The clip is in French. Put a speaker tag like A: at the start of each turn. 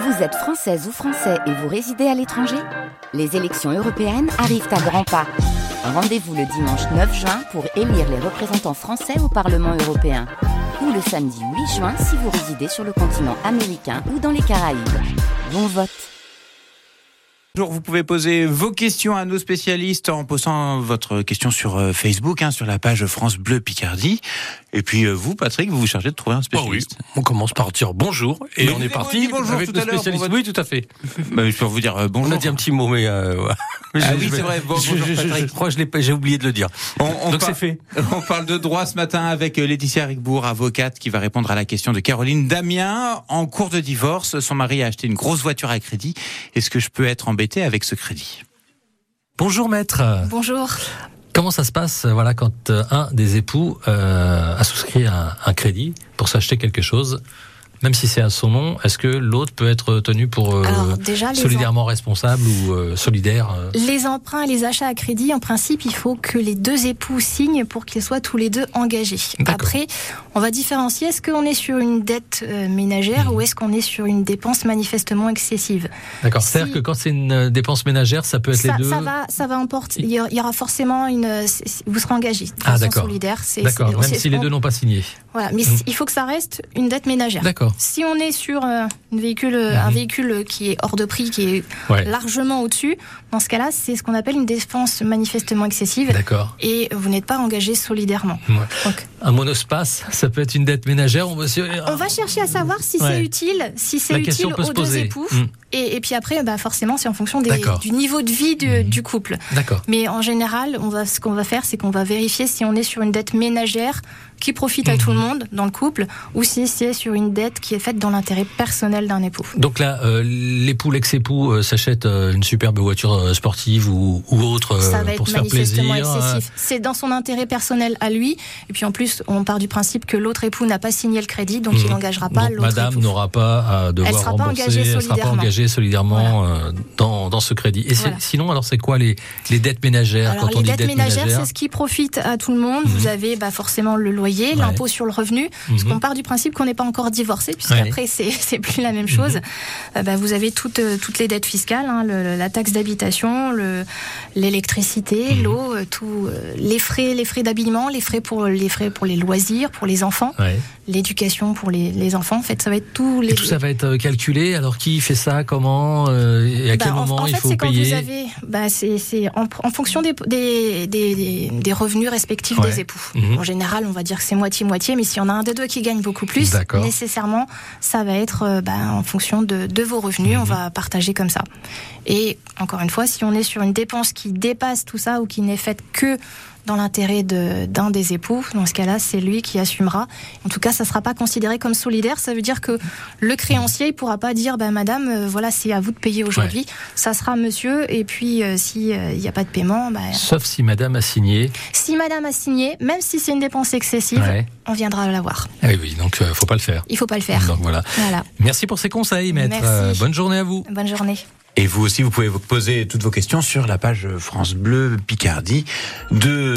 A: Vous êtes française ou français et vous résidez à l'étranger Les élections européennes arrivent à grands pas. Rendez-vous le dimanche 9 juin pour élire les représentants français au Parlement européen. Ou le samedi 8 juin si vous résidez sur le continent américain ou dans les Caraïbes. Bon vote
B: Toujours, vous pouvez poser vos questions à nos spécialistes en postant votre question sur euh, Facebook, hein, sur la page France Bleu Picardie. Et puis euh, vous, Patrick, vous vous chargez de trouver un
C: Oh oui,
B: spécialiste.
C: on commence par dire bonjour et
B: Mais
C: on
B: vous
C: est
B: avez
C: parti
B: dit bonjour
C: avec
B: tout
C: le
B: à l'heure pour
C: spécialiste.
B: votre-
C: Oui, tout à fait.
B: Bah, je peux vous dire euh, bonjour.
C: On a dit un petit mot, mais euh, ouais.
B: Ah
C: Je-
B: oui,
C: je-
B: c'est vrai. Bon,
C: je,
B: bonjour,
C: je- je- je
B: Patrick.
C: crois que je l'ai pas- j'ai oublié de le dire.
B: On, on
C: Donc
B: par-
C: c'est fait.
B: on parle de droit ce matin avec euh, Laetitia Rigbourg, avocate, qui va répondre à la question de Caroline Damien. En cours de divorce, son mari a acheté une grosse voiture à crédit. Est-ce que je peux être embêté avec ce crédit
C: Bonjour maître.
D: Bonjour.
C: Comment ça se passe, euh, voilà, quand euh, un des époux euh, a souscrit un, un crédit pour s'acheter quelque chose, même si c'est à son nom, est-ce que l'autre peut être tenu pour euh,
D: Alors déjà, les, em-
C: solidairement responsable ou euh, solidaire euh,
D: les emprunts et les achats à crédit, en principe, il faut que les deux époux signent pour qu'ils soient tous les deux engagés.
C: D'accord.
D: Après, on va différencier est-ce qu'on est sur une dette euh, ménagère ou est-ce qu'on est sur une dépense manifestement excessive
C: D'accord.
D: Si-
C: C'est-à-dire que quand c'est une euh, dépense ménagère, ça peut être
D: ça,
C: les deux.
D: ça va, ça va emporter. Il y aura- il y aura forcément une. euh, c'est- c'est- Vous serez engagé. de
C: Ah,
D: façon
C: d'accord.
D: Solidaire. c'est-
C: D'accord,
D: c'est-
C: même
D: c'est-
C: si les
D: on-
C: deux n'ont pas signé.
D: Voilà, mais
C: Mm.
D: il faut que ça reste une dette ménagère.
C: D'accord.
D: Si on est sur euh, une véhicule, un
C: Mhm.
D: véhicule qui est hors de prix, qui est
C: Ouais.
D: largement au-dessus. Dans ce cas-là, c'est ce qu'on appelle une défense manifestement excessive
C: D'accord.
D: et vous n'êtes pas engagé solidairement.
C: Ouais.
D: Donc,
C: Un monospace, ça peut être une dette ménagère. On va,
D: on va chercher à savoir si
C: Ouais.
D: c'est utile, si c'est
C: La
D: utile
C: question peut se
D: aux deux
C: poser.
D: époux.
C: Mm.
D: Et, et puis après, bah forcément, c'est en fonction des-
C: D'accord.
D: du niveau de vie de-
C: Mhm.
D: du couple.
C: D'accord.
D: Mais en général, on va, ce qu'on va faire, c'est qu'on va vérifier si on est sur une dette ménagère qui profite à
C: Mhm.
D: tout le monde dans le couple ou si c'est sur une dette qui est faite dans l'intérêt personnel d'un époux.
C: Donc là, euh, l'époux, l'ex-époux euh, s'achète euh, une superbe voiture euh, sportive ou, ou autre euh,
D: ça
C: pour
D: va être
C: se faire
D: manifestement
C: plaisir. hein.
D: excessif. C'est dans son intérêt personnel à lui. Et puis en plus, on part du principe que l'autre époux n'a pas signé le crédit, donc
C: Mhm.
D: il n'engagera pas
C: Donc
D: l'autre
C: madame
D: époux.
C: n'aura pas à devoir
D: Elle sera pas
C: rembourser,
D: engagée
C: elle sera pas
D: solidairement.
C: engagée solidairement euh, dans, dans ce crédit. Et c'est-
D: Voilà.
C: sinon, alors c'est quoi les, les dettes ménagères
D: Alors
C: quand on
D: les
C: dit
D: dettes
C: dette
D: ménagères,
C: ménagère Mhm.
D: c'est ce qui profite à tout le monde. Vous avez bah, forcément le loyer,
C: Ouais.
D: l'impôt sur le revenu. Parce
C: Mhm.
D: qu'on part du principe qu'on n'est pas encore divorcé,
C: Ouais. Mhm.
D: puisqu'après c'est c'est plus la même chose. Euh, bah, vous avez toutes euh, toutes les dettes fiscales, hein, le- la taxe d'habitation, le- l'électricité,
C: Mhm.
D: l'eau, euh, tout euh, les frais, les frais d'habillement, les frais pour les frais pour les loisirs, pour les enfants.
C: Ouais.
D: l'éducation pour les, les enfants. En fait, ça va être tous les.
C: Et tout ça va être euh, calculé. Alors qui fait ça Comment euh, Et à
D: Bah,
C: quel
D: en-
C: moment
D: en,
C: il
D: fait,
C: faut
D: c'est quand
C: payer
D: vous avez. Bah, c'est c'est en, en fonction des, des, des, des revenus respectifs
C: Ouais.
D: des époux.
C: Mhm.
D: En général, on va dire que c'est moitié-moitié, mais s'il y en a un des deux qui gagne beaucoup plus,
C: D'accord.
D: nécessairement, ça va être euh, bah, en fonction de, de vos revenus,
C: Mhm.
D: on va partager comme ça. Et encore une fois, si on est sur une dépense qui dépasse tout ça ou qui n'est faite que dans l'intérêt de- d'un des époux, dans ce cas-là, c'est lui qui assumera. En tout cas, ça ne sera pas considéré comme solidaire. Ça veut dire que le créancier ne pourra pas dire, bah, madame, euh, voilà, c'est à vous de payer aujourd'hui. Ça sera monsieur. Et puis, euh, s'il n'y a pas de paiement, bah,
C: Sauf si madame a signé.
D: si madame a signé, même si c'est une dépense excessive,
C: Ouais.
D: on viendra la voir.
C: Ah oui, oui, donc euh, faut pas le faire.
D: Il faut pas le faire.
C: Donc voilà.
D: Voilà.
C: Merci pour ces conseils, maître.
D: Merci.
C: Euh, bonne journée à vous.
D: Bonne journée.
B: Et vous aussi, vous pouvez vous poser toutes vos questions sur la page France Bleu euh, Picardie de